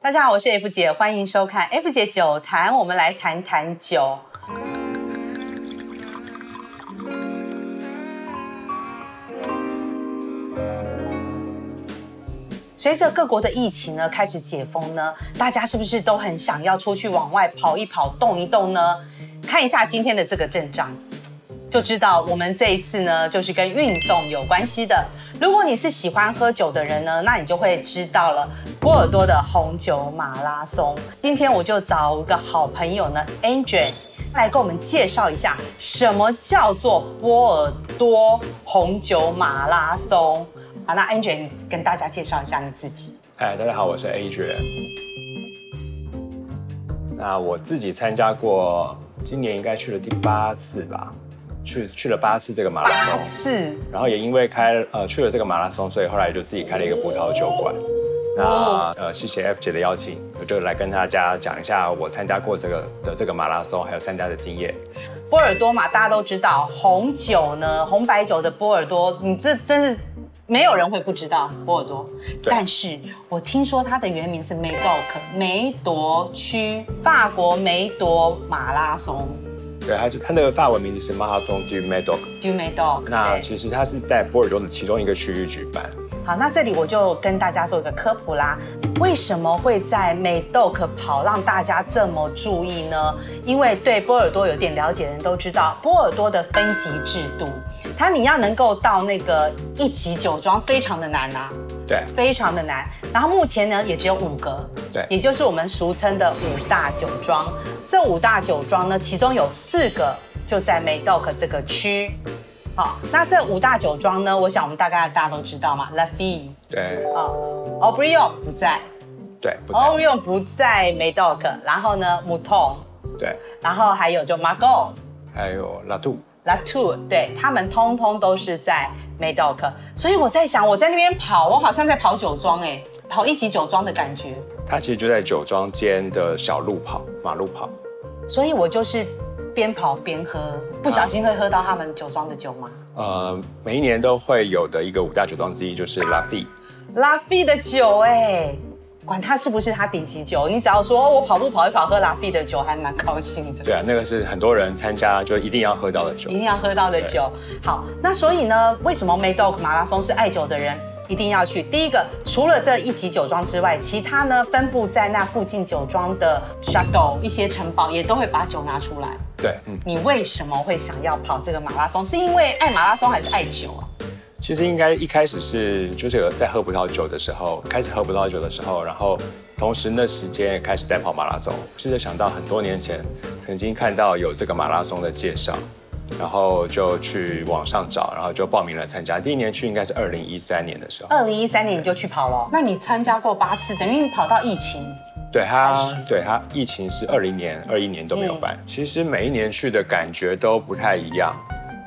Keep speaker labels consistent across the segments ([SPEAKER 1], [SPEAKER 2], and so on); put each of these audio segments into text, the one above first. [SPEAKER 1] 大家好，我是 F 姐，欢迎收看 F 姐酒谈，我们来谈谈酒。随着各国的疫情呢开始解封呢，大家是不是都很想要出去往外跑一跑、动一动呢？看一下今天的这个阵仗，就知道我们这一次呢就是跟运动有关系的。如果你是喜欢喝酒的人呢，那你就会知道了波尔多的红酒马拉松。今天我就找一个好朋友呢 a n g e l 来跟我们介绍一下什么叫做波尔多红酒马拉松。好，那 a n g e l 跟大家介绍一下你自己。
[SPEAKER 2] 哎，大家好，我是 Adrian。那我自己参加过，今年应该去了第八次吧，去去了八次这个马拉松
[SPEAKER 1] 八，次
[SPEAKER 2] 然后也因为开呃去了这个马拉松，所以后来就自己开了一个葡萄酒馆。那
[SPEAKER 1] 哦
[SPEAKER 2] 呃，谢谢 F 姐的邀请，我就来跟大家讲一下我参加过这个的这个马拉松，还有参加的经验。
[SPEAKER 1] 波尔多嘛，大家都知道红酒呢，红白酒的波尔多，你这真是没有人会不知道波尔多。
[SPEAKER 2] 对
[SPEAKER 1] 但是我听说它的原名是 Medoc 梅朵区，法国梅朵马拉松
[SPEAKER 2] 对，它就它那个法文名字是 Marathon du Médoc，
[SPEAKER 1] ，Du Medoc。
[SPEAKER 2] 那
[SPEAKER 1] 对
[SPEAKER 2] 其实它是在波尔多的其中一个区域举办。
[SPEAKER 1] 好，那这里我就跟大家做一个科普啦。为什么会在美豆可跑让大家这么注意呢？因为对波尔多有点了解的人都知道，波尔多的分级制度，它你要能够到那个一级酒庄非常的难啊，
[SPEAKER 2] 对，
[SPEAKER 1] 非常的难。然后目前呢也只有五个，
[SPEAKER 2] 对
[SPEAKER 1] 也就是我们俗称的五大酒庄。这五大酒庄呢，其中有四个就在 Medoc 这个区。好，那这五大酒庄呢，我想我们大概大家都知道嘛，Lafite
[SPEAKER 2] 对，
[SPEAKER 1] 啊、o b r i o n 不在
[SPEAKER 2] 对，不
[SPEAKER 1] o
[SPEAKER 2] 在
[SPEAKER 1] b，r i o n 不在 Medoc，然后呢 Mouton，
[SPEAKER 2] 对。
[SPEAKER 1] 然后还有就 Margot。
[SPEAKER 2] 还有拉杜，
[SPEAKER 1] La Tour，对他们通通都是在 Medoc，所以我在想，我在那边跑，我好像在跑酒庄哎、跑一级酒庄的感觉。
[SPEAKER 2] 它其实就在酒庄间的小路跑、马路跑。
[SPEAKER 1] 所以我就是边跑边喝，不小心会喝到他们酒庄的酒吗？
[SPEAKER 2] 呃，每一年都会有的一个五大酒庄之一就是拉蒂，
[SPEAKER 1] 拉菲的酒哎、管它是不是它顶级酒，你只要说、哦我跑步跑一跑喝拉菲的酒，还蛮高兴的。
[SPEAKER 2] 对啊，那个是很多人参加就一定要喝到的 酒
[SPEAKER 1] 一。定要喝到的酒。好，那所以呢，为什么 Medoc 马拉松是爱酒的人一定要去？第一个，除了这一级酒庄之外，其他呢分布在那附近酒庄的 shadow 一些城堡也都会把酒拿出来。
[SPEAKER 2] 对，嗯，
[SPEAKER 1] 你为什么会想要跑这个马拉松？是因为爱马拉松还是爱酒啊？
[SPEAKER 2] 其实应该一开始是就是有在喝葡萄酒的时候，开始喝葡萄酒的时候，然后同时那时间也开始在跑马拉松，试着想到很多年前曾经看到有这个马拉松的介绍，然后就去网上找，然后就报名了参加。第一年去应该是二零一三年的时候。
[SPEAKER 1] 二零一三年你就去跑了，那你参加过八次，等于你跑到疫情。
[SPEAKER 2] 对
[SPEAKER 1] 开
[SPEAKER 2] 他
[SPEAKER 1] 始，嗯
[SPEAKER 2] 对他，疫情是二零年、二一年都没有办。其实每一年去的感觉都不太一样。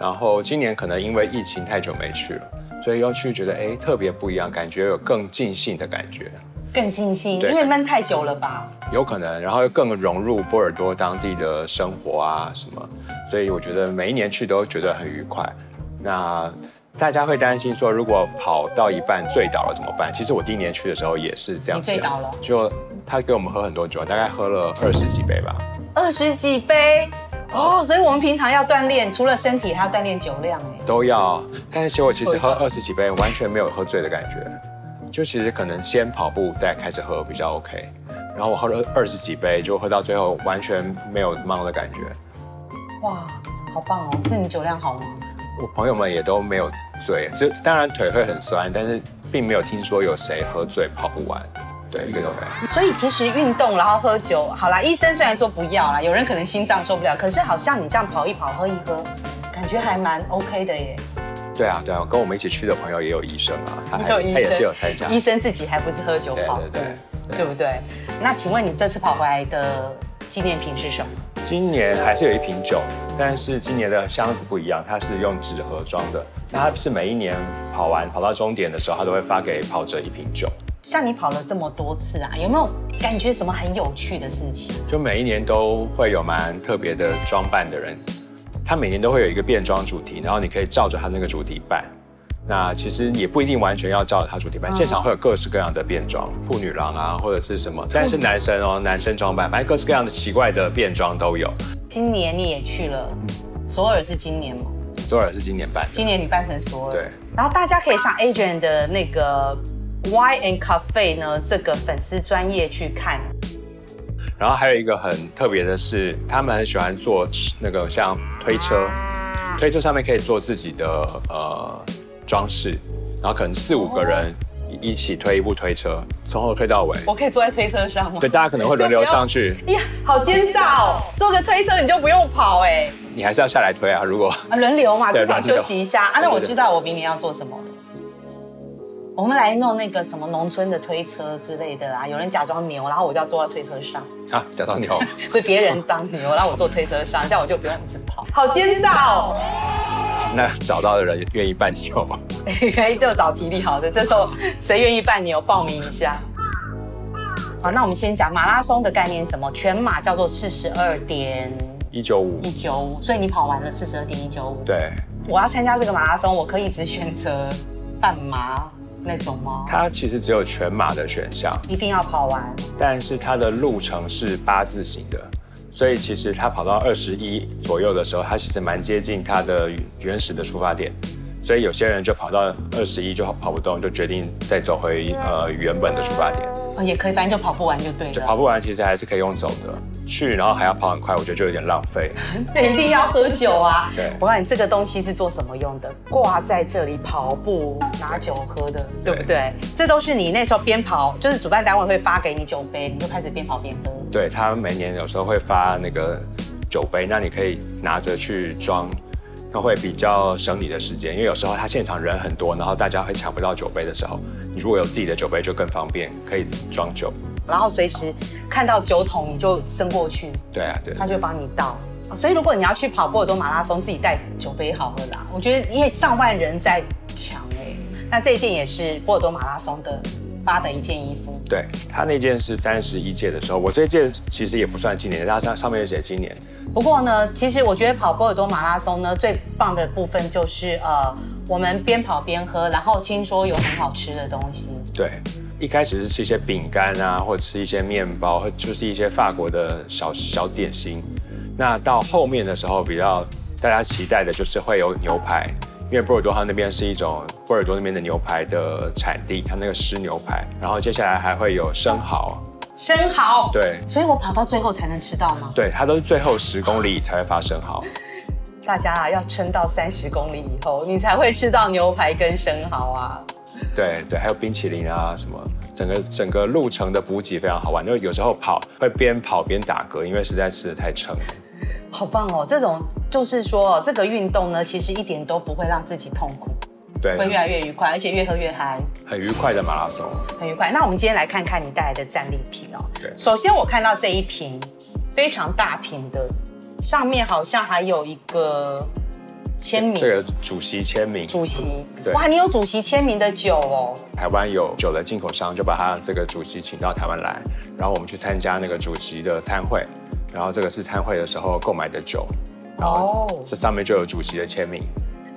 [SPEAKER 2] 然后今年可能因为疫情太久没去了，所以又去觉得哎特别不一样，感觉有更尽兴的感觉，
[SPEAKER 1] 更尽兴，
[SPEAKER 2] 对
[SPEAKER 1] 因为闷太久了吧？
[SPEAKER 2] 有可能，然后又更融入波尔多当地的生活啊什么。所以我觉得每一年去都觉得很愉快。那大家会担心说，如果跑到一半醉倒了怎么办？其实我第一年去的时候也是这样
[SPEAKER 1] 你醉
[SPEAKER 2] 想，
[SPEAKER 1] 倒了
[SPEAKER 2] 就他给我们喝很多酒，大概喝了二十几杯吧。
[SPEAKER 1] 二十几杯哦，所以我们平常要锻炼，除了身体，还要锻炼酒量哎。
[SPEAKER 2] 都要，但是其实我其实喝二十几杯完全没有喝醉的感觉，就其实可能先跑步再开始喝比较 OK，然后我喝了二十几杯，就喝到最后完全没有懵的感觉，
[SPEAKER 1] 哇，好棒哦！是你酒量好吗？
[SPEAKER 2] 我朋友们也都没有醉，是当然腿会很酸，但是并没有听说有谁喝醉跑不完，对，一个都没有。
[SPEAKER 1] 所以其实运动然后喝酒，好啦，医生虽然说不要啦，有人可能心脏受不了，可是好像你这样跑一跑、喝一喝，感觉还蛮 OK 的耶。
[SPEAKER 2] 对啊，对啊，跟我们一起去的朋友也有医生 啊，他还
[SPEAKER 1] 有医生
[SPEAKER 2] 他也是有参加，
[SPEAKER 1] 医生自己还不是喝酒
[SPEAKER 2] 对
[SPEAKER 1] 跑，
[SPEAKER 2] 对对。
[SPEAKER 1] 对不对？那请问你这次跑回来的纪念品是什么？
[SPEAKER 2] 今年还是有一瓶酒，但是今年的箱子不一样，它是用纸盒装的。那它是每一年跑完跑到终点的时候，它都会发给跑者一瓶酒。
[SPEAKER 1] 像你跑了这么多次啊，有没有感觉什么很有趣的事情？
[SPEAKER 2] 就每一年都会有蛮特别的装扮的人，他每年都会有一个变装主题，然后你可以照着他那个主题办。那其实也不一定完全要照着它主题办，
[SPEAKER 1] 嗯
[SPEAKER 2] 现场会有各式各样的变装，兔女郎啊，或者是什么，但是男生哦，男生装扮，反正各式各样的奇怪的变装都有。
[SPEAKER 1] 今年你也去了，索尔是今年吗？
[SPEAKER 2] 索尔是今年办的，
[SPEAKER 1] 今年你办成索尔，
[SPEAKER 2] 对。
[SPEAKER 1] 然后大家可以上 Adrian 的那个 Y and Cafe 呢这个粉丝专业去看，
[SPEAKER 2] 然后还有一个很特别的是，他们很喜欢做那个像推车，推车上面可以做自己的呃装饰，然后可能四五个人一一起推一部推车，从头推到尾。
[SPEAKER 1] 我可以坐在推车上吗
[SPEAKER 2] 对，？大家可能会轮流上去，
[SPEAKER 1] 哎呀，好奸诈哦！坐个推车你就不用跑哎、
[SPEAKER 2] 你还是要下来推啊。如果
[SPEAKER 1] 啊，轮流嘛，
[SPEAKER 2] 对
[SPEAKER 1] 至少休息一下啊。那我
[SPEAKER 2] 对对对
[SPEAKER 1] 知道我明年要做什么了。我们来弄那个什么农村的推车之类的啊啦，有人假装牛，然后我就要坐在推车上，
[SPEAKER 2] 啊，假装牛，
[SPEAKER 1] 所以别人当牛，然后我坐推车上，这样我就不用一直跑。好奸诈 哦！
[SPEAKER 2] 那找到的人愿意扮牛。
[SPEAKER 1] 可以就找体力好的，这时候谁愿意办牛报名一下？好，那我们先讲马拉松的概念是什么？全马叫做四十二点
[SPEAKER 2] 一九五，
[SPEAKER 1] 一九五，所以你跑完了四十二点一九五。
[SPEAKER 2] 对，
[SPEAKER 1] 我要参加这个马拉松，我可以只选择半马那种吗？
[SPEAKER 2] 它其实只有全马的选项，
[SPEAKER 1] 一定要跑完，
[SPEAKER 2] 但是它的路程是八字形的，所以其实它跑到二十一左右的时候，它其实蛮接近它的原始的出发点，所以有些人就跑到二十一就跑不动，就决定再走回呃原本的出发点。
[SPEAKER 1] 哦也可以，反正就跑不完就对
[SPEAKER 2] 就跑
[SPEAKER 1] 了。
[SPEAKER 2] 不完，其实还是可以用走的。去然后还要跑很快，我觉得就有点浪费。
[SPEAKER 1] 对，一定要喝酒 啊！
[SPEAKER 2] 对
[SPEAKER 1] 我告诉你，这个东西是做什么用的？挂在这里跑步拿酒喝的，对不对？这都是你那时候边跑，就是主办单位会发给你酒杯，你就开始边跑边喝。
[SPEAKER 2] 对他每年有时候会发那个酒杯，那你可以拿着去装，那会比较省你的时间，因为有时候他现场人很多，然后大家会抢不到酒杯的时候，你如果有自己的酒杯就更方便，可以装酒。
[SPEAKER 1] 然后随时看到酒桶你就伸过去，
[SPEAKER 2] 对啊，对，
[SPEAKER 1] 他就帮你倒。所以如果你要去跑波尔多马拉松，自己带酒杯好了啦。我觉得因为上万人在抢哎、那这一件也是波尔多马拉松的发的一件衣服。
[SPEAKER 2] 对他那件是三十一届的时候，我这件其实也不算今年，它上上面写今年，
[SPEAKER 1] 不过呢，其实我觉得跑波尔多马拉松呢，最棒的部分就是呃，我们边跑边喝，然后听说有很好吃的东西。
[SPEAKER 2] 对。一开始是吃一些饼干啊，或者吃一些面包，或就是一些法国的小小点心。那到后面的时候，比较大家期待的就是会有牛排，因为波尔多它那边是一种波尔多那边的牛排的产地，它那个湿牛排。然后接下来还会有生蚝，
[SPEAKER 1] 生蚝，
[SPEAKER 2] 对
[SPEAKER 1] 所以我跑到最后才能吃到吗？
[SPEAKER 2] 对，它都是最后十公里才会发生蚝。
[SPEAKER 1] 大家啊，要撑到三十公里以后，你才会吃到牛排跟生蚝啊。
[SPEAKER 2] 对对，还有冰淇淋啊什么，整个整个路程的补给非常好玩，因为有时候跑会边跑边打嗝，因为实在吃的太撑。
[SPEAKER 1] 好棒哦！这种就是说，这个运动呢，其实一点都不会让自己痛苦，
[SPEAKER 2] 对，
[SPEAKER 1] 会越来越愉快，而且越喝越嗨，
[SPEAKER 2] 很愉快的马拉松。
[SPEAKER 1] 很愉快。那我们今天来看看你带来的战利品哦。
[SPEAKER 2] 对
[SPEAKER 1] 首先我看到这一瓶非常大瓶的，上面好像还有一个签名，
[SPEAKER 2] 这个主席签名，
[SPEAKER 1] 主席。
[SPEAKER 2] 对
[SPEAKER 1] 哇，你有主席签名的酒哦。
[SPEAKER 2] 台湾有酒的进口商就把他这个主席请到台湾来，然后我们去参加那个主席的参会，然后这个是参会的时候购买的酒，然后
[SPEAKER 1] 哦
[SPEAKER 2] 这这上面就有主席的签名。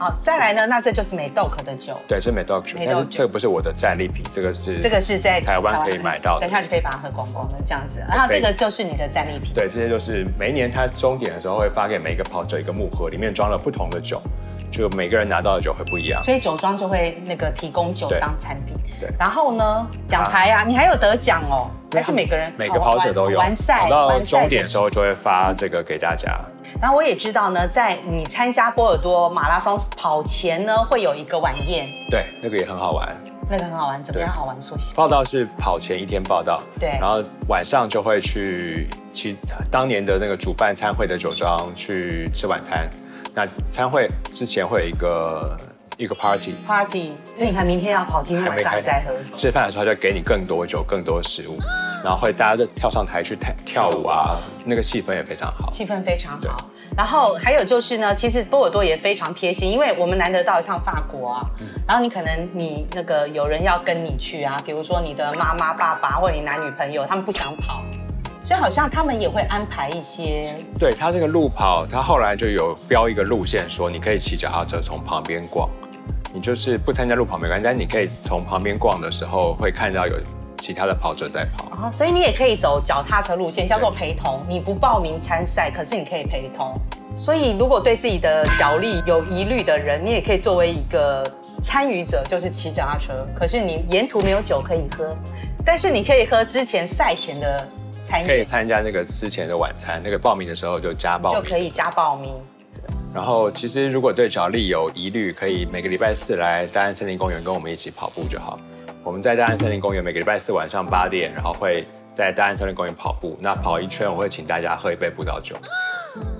[SPEAKER 1] 好，再来呢，那这就是美豆可的酒，
[SPEAKER 2] 对，这是美豆酒，
[SPEAKER 1] 美豆
[SPEAKER 2] 但是
[SPEAKER 1] 酒
[SPEAKER 2] 这个不是我的战利品，这个是
[SPEAKER 1] 这个是在
[SPEAKER 2] 台湾可以买到的
[SPEAKER 1] 等一下就可以把它喝光光了这样子。然后这个就是你的战利品。
[SPEAKER 2] 对，这些就是每一年它终点的时候会发给每一个跑者一个木盒，里面装了不同的酒，就每个人拿到的酒会不一样。
[SPEAKER 1] 所以酒庄就会那个提供酒
[SPEAKER 2] 对
[SPEAKER 1] 当产品。
[SPEAKER 2] 对
[SPEAKER 1] 然后呢，奖牌啊，你还有得奖哦，还是每个人哦
[SPEAKER 2] 每个跑者都有，
[SPEAKER 1] 完赛
[SPEAKER 2] 跑到
[SPEAKER 1] 完赛
[SPEAKER 2] 终点的时候就会发这个给大家。
[SPEAKER 1] 然后我也知道呢，在你参加波尔多马拉松跑前呢，会有一个晚宴，
[SPEAKER 2] 对，那个也很好玩。
[SPEAKER 1] 那个很好玩，怎么样
[SPEAKER 2] 对
[SPEAKER 1] 好玩？说一下。
[SPEAKER 2] 报道是跑前一天报道，
[SPEAKER 1] 对
[SPEAKER 2] 然后晚上就会去其当年的那个主办参会的酒庄去吃晚餐。那参会之前会有一个一个 party，
[SPEAKER 1] Party，所以你看明天要跑，今天晚上还在喝。
[SPEAKER 2] 吃饭的时候他就给你更多酒、更多食物，然后会大家就跳上台去跳跳舞啊，那个气氛也非常好。
[SPEAKER 1] 气氛非常
[SPEAKER 2] 对
[SPEAKER 1] 好，然后还有就是呢，其实波尔多也非常贴心，因为我们难得到一趟法国啊，然后你可能你那个有人要跟你去啊，比如说你的妈妈、爸爸或者你男女朋友，他们不想跑，所以好像他们也会安排一些
[SPEAKER 2] 对他这个路跑，他后来就有标一个路线，说你可以骑脚踏车从旁边逛，你就是不参加路跑没关系，但你可以从旁边逛的时候会看到有其他的跑者在跑。
[SPEAKER 1] 哦，所以你也可以走脚踏车路线，叫做陪同。你不报名参赛，可是你可以陪同。所以，如果对自己的脚力有疑虑的人，你也可以作为一个参与者，就是骑脚踏车。可是你沿途没有酒可以喝，但是你可以喝之前赛前的餐
[SPEAKER 2] 可以
[SPEAKER 1] 饮，
[SPEAKER 2] 参加那个之前的晚餐，那个报名的时候就加报
[SPEAKER 1] 就
[SPEAKER 2] 名。
[SPEAKER 1] 可以加报名。
[SPEAKER 2] 然后其实如果对脚力有疑虑，可以每个礼拜四来大安森林公园跟我们一起跑步就好。我们在大安森林公园每个礼拜四晚上八点，然后会在大安森林公园跑步。那跑一圈，我会请大家喝一杯葡萄酒，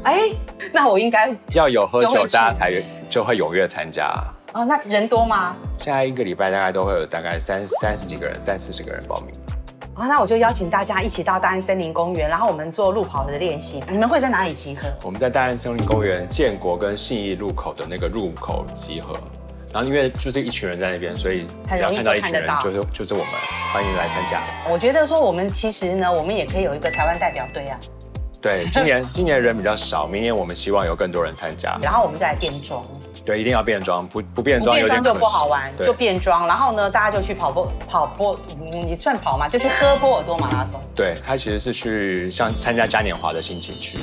[SPEAKER 1] 哎，那我应该
[SPEAKER 2] 要有喝
[SPEAKER 1] 就会
[SPEAKER 2] 酒，
[SPEAKER 1] 去
[SPEAKER 2] 大家才就会踊跃参加。
[SPEAKER 1] 哦，那人多吗？
[SPEAKER 2] 下一个礼拜大概都会有大概三三十几个人，三四十个人报名。
[SPEAKER 1] 啊，那我就邀请大家一起到大安森林公园，然后我们做路跑的练习。你们会在哪里集合？
[SPEAKER 2] 我们在大安森林公园建国跟信义路口的那个入口集合。然后因为就是一群人在那边，所以
[SPEAKER 1] 很
[SPEAKER 2] 只要
[SPEAKER 1] 容易
[SPEAKER 2] 看到
[SPEAKER 1] 就
[SPEAKER 2] 一
[SPEAKER 1] 看
[SPEAKER 2] 群
[SPEAKER 1] 得
[SPEAKER 2] 人，
[SPEAKER 1] 到
[SPEAKER 2] 就是就是我们，欢迎来参加。
[SPEAKER 1] 我觉得说我们其实呢，我们也可以有一个台湾代表队啊，
[SPEAKER 2] 对， 今年今年人比较少，明年我们希望有更多人参 加。
[SPEAKER 1] 然后我们就来变装，
[SPEAKER 2] 对，一定要变装，不不变
[SPEAKER 1] 不
[SPEAKER 2] 装
[SPEAKER 1] 变
[SPEAKER 2] 有点
[SPEAKER 1] 装就
[SPEAKER 2] 可惜。
[SPEAKER 1] 不好玩，
[SPEAKER 2] 对
[SPEAKER 1] 就变装。然后呢，大家就去跑波跑波，嗯也算跑嘛，就去喝波尔多马拉松。
[SPEAKER 2] 对，他其实是去像参加嘉年华的心情去。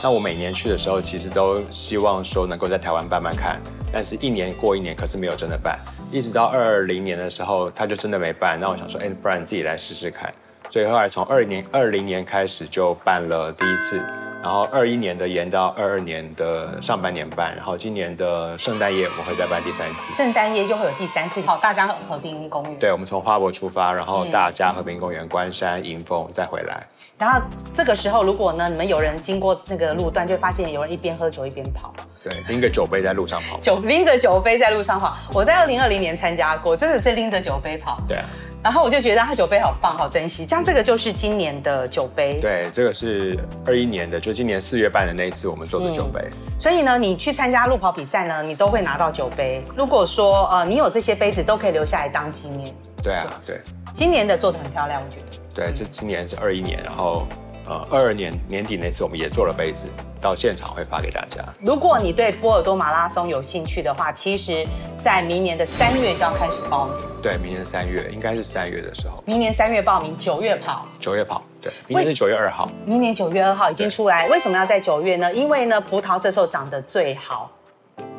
[SPEAKER 2] 那我每年去的时候，其实都希望说能够在台湾办办看，但是一年过一年，可是没有真的办。一直到二零年的时候，他就真的没办。那我想说，哎、不然自己来试试看。所以后来从二零二零年开始就办了第一次，然后二一年的延到二二年的上半年办，然后今年的圣诞夜我们会再办第三次。
[SPEAKER 1] 圣诞夜又会有第三次跑大江和平公园。
[SPEAKER 2] 对，我们从花博出发，然后大家和平公园、关山、迎风再回来。
[SPEAKER 1] 然后这个时候，如果呢你们有人经过那个路段，就会发现有人一边喝酒一边跑。
[SPEAKER 2] 对，拎个酒杯在路上跑。
[SPEAKER 1] 酒拎着酒杯在路上跑。我在二零二零年参加过，真的是拎着酒杯跑，
[SPEAKER 2] 对啊，
[SPEAKER 1] 然后我就觉得他酒杯好棒，好珍惜。像这个就是今年的酒杯，
[SPEAKER 2] 对，这个是二一年的，就今年四月半的那一次我们做的酒杯。
[SPEAKER 1] 所以呢，你去参加路跑比赛呢，你都会拿到酒杯。如果说呃你有这些杯子，都可以留下来当纪念。
[SPEAKER 2] 对啊，对嗯
[SPEAKER 1] 今年的做的很漂亮，我觉得。
[SPEAKER 2] 对，这今年是二一年，然后呃二二年年底那次我们也做了杯子，到现场会发给大家。
[SPEAKER 1] 如果你对波尔多马拉松有兴趣的话，其实在明年的三月就要开始报名，
[SPEAKER 2] 对，明年三月应该是三月的时候，
[SPEAKER 1] 明年三月报名，九月跑。
[SPEAKER 2] 九月跑。对，明年是九月二号。
[SPEAKER 1] 明年九月二号已经
[SPEAKER 2] 对
[SPEAKER 1] 出来，为什么要在九月呢？因为呢，葡萄这时候长得最好，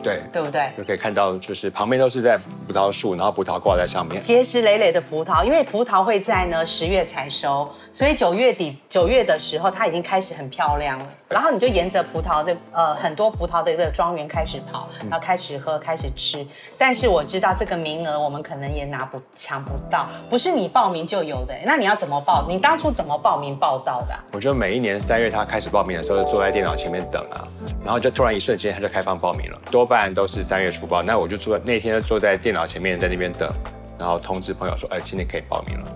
[SPEAKER 2] 对，
[SPEAKER 1] 对不对？
[SPEAKER 2] 就可以看到就是旁边都是在葡萄树，然后葡萄挂在上面。
[SPEAKER 1] 结实累累的葡萄，因为葡萄会在呢十月采收，所以九月底九月的时候它已经开始很漂亮了。然后你就沿着葡萄的呃很多葡萄的一个庄园开始跑，然后开始喝，开始吃。但是我知道这个名额我们可能也拿不抢不到，不是你报名就有的、欸那你要怎么报？你当初怎么报名报到的啊、
[SPEAKER 2] 我就每一年三月他开始报名的时候，就坐在电脑前面等啊，然后就突然一瞬间他就开放报名了，多半都是三月初报，那我就坐在那天就坐在电脑前面在那边等，然后通知朋友说，哎，今天可以报名了。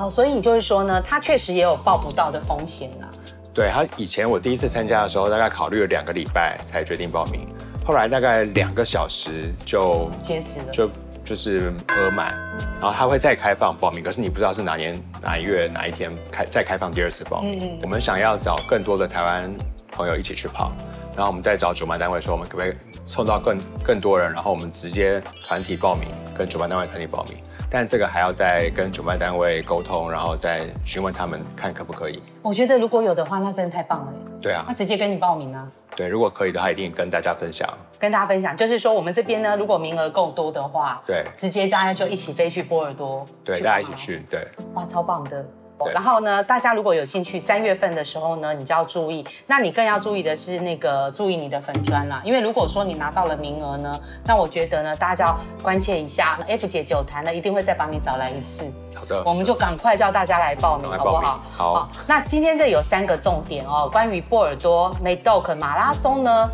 [SPEAKER 1] 哦，所以你就是说呢，它确实也有报不到的风险啊呐、
[SPEAKER 2] 对他以前我第一次参加的时候，大概考虑了两个礼拜才决定报名，后来大概两个小时就
[SPEAKER 1] 截止了。
[SPEAKER 2] 就就是额满，然后他会再开放报名，可是你不知道是哪年哪一月哪一天开再开放第二次报名。
[SPEAKER 1] 嗯嗯
[SPEAKER 2] 我们想要找更多的台湾朋友一起去跑，然后我们再找主办单位说我们可不可以凑到更更多人，然后我们直接团体报名，跟主办单位团体报名。但这个还要再跟主办单位沟通，然后再询问他们看可不可以。
[SPEAKER 1] 我觉得如果有的话，那真的太棒了耶。
[SPEAKER 2] 对啊
[SPEAKER 1] 那，直接跟你报名啊。
[SPEAKER 2] 对，如果可以的话，一定跟大家分享。
[SPEAKER 1] 跟大家分享，就是说我们这边呢，如果名额够多的话，
[SPEAKER 2] 对
[SPEAKER 1] 直接大家就一起飞去波尔多，
[SPEAKER 2] 对，
[SPEAKER 1] 去
[SPEAKER 2] 大家一
[SPEAKER 1] 干
[SPEAKER 2] 起
[SPEAKER 1] 嘛，
[SPEAKER 2] 去。对，
[SPEAKER 1] 哇，超棒的。
[SPEAKER 2] 对
[SPEAKER 1] 然后呢，大家如果有兴趣，三月份的时候呢，你就要注意。那你更要注意的是那个注意你的粉砖啦，因为如果说你拿到了名额呢，那我觉得呢，大家要关切一下。F 姐酒坛呢，一定会再帮你找来一次，
[SPEAKER 2] 好的
[SPEAKER 1] 我，们就赶快叫大家来报名，
[SPEAKER 2] 赶快
[SPEAKER 1] 好不
[SPEAKER 2] 报名
[SPEAKER 1] 好？。
[SPEAKER 2] 好
[SPEAKER 1] 好，，哦那今天这里有三个重点哦，关于波尔多 m a d o c 马拉松呢，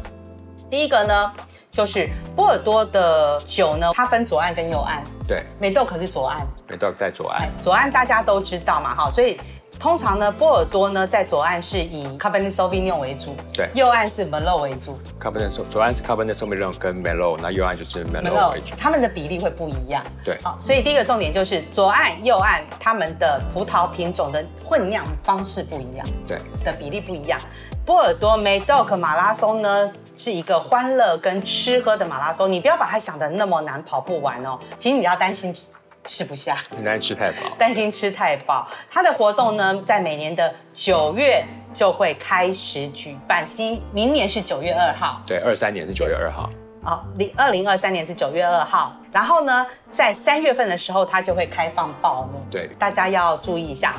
[SPEAKER 1] 第一个呢就是波尔多的酒呢，它分左岸跟右岸
[SPEAKER 2] 对，
[SPEAKER 1] m a d o c 是左岸，
[SPEAKER 2] 没到在左岸
[SPEAKER 1] 哎。，左岸大家都知道嘛，哈，所以通常呢，波尔多呢在左岸是以 Cabernet Sauvignon 为主，
[SPEAKER 2] 对
[SPEAKER 1] 右岸是 Merlot 为主
[SPEAKER 2] Cabernet 左左岸是 Cabernet Sauvignon 跟 Merlot，那右岸就是 Merlot 为主。
[SPEAKER 1] 他们的比例会不一样。
[SPEAKER 2] 对
[SPEAKER 1] 好，所以第一个重点就是左岸、右岸他们的葡萄品种的混酿方式不一样，
[SPEAKER 2] 对，
[SPEAKER 1] 的比例不一样。波尔多 m e d o c 马拉松呢是一个欢乐跟吃喝的马拉松，你不要把它想的那么难跑不完哦。其实你要担心吃吃不 下，
[SPEAKER 2] 很难吃太饱。
[SPEAKER 1] 担心吃太饱。它的活动呢，在每年的九月就会开始举办，今明年是九月二号，
[SPEAKER 2] 对，二三年是九月二号，
[SPEAKER 1] 好，零二零二三年是九月二号，然后呢，在三月份的时候，它就会开放报名，
[SPEAKER 2] 对
[SPEAKER 1] 大家要注意一下，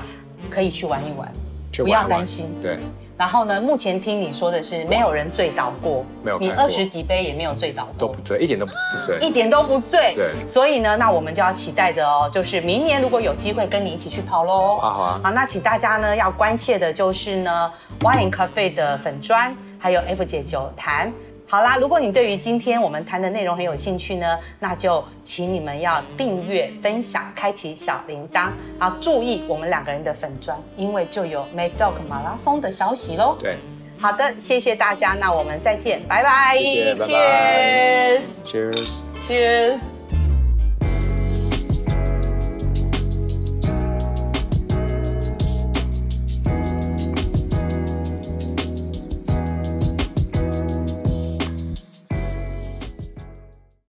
[SPEAKER 1] 可以去玩一玩。
[SPEAKER 2] 去
[SPEAKER 1] 不
[SPEAKER 2] 玩
[SPEAKER 1] 要
[SPEAKER 2] 玩
[SPEAKER 1] 担心
[SPEAKER 2] 对，
[SPEAKER 1] 然后呢，目前听你说的是没有人醉倒过，
[SPEAKER 2] 没有
[SPEAKER 1] 你
[SPEAKER 2] 看过
[SPEAKER 1] 二十几杯也没有醉倒
[SPEAKER 2] 都
[SPEAKER 1] 过，
[SPEAKER 2] 不醉，一点都不不醉。
[SPEAKER 1] 一点都不醉。
[SPEAKER 2] 对
[SPEAKER 1] 所以呢，那我们就要期待着哦，就是明年如果有机会跟你一起去跑喽。
[SPEAKER 2] 好啊好啊
[SPEAKER 1] 好，那请大家呢要关切的就是呢，Wine Cafe 的粉砖，还有 F 姐酒坛。好啦，如果你对于今天我们谈的内容很有兴趣呢，那就请你们要订阅、分享、开启小铃铛啊！注意我们两个人的粉砖，因为就有 Mad Dog 马拉松的消息喽。
[SPEAKER 2] 对
[SPEAKER 1] 好的，谢谢大家，那我们再见，拜拜，
[SPEAKER 2] 谢谢拜拜
[SPEAKER 1] Cheers，Cheers。
[SPEAKER 2] ，Cheers。
[SPEAKER 1] Cheers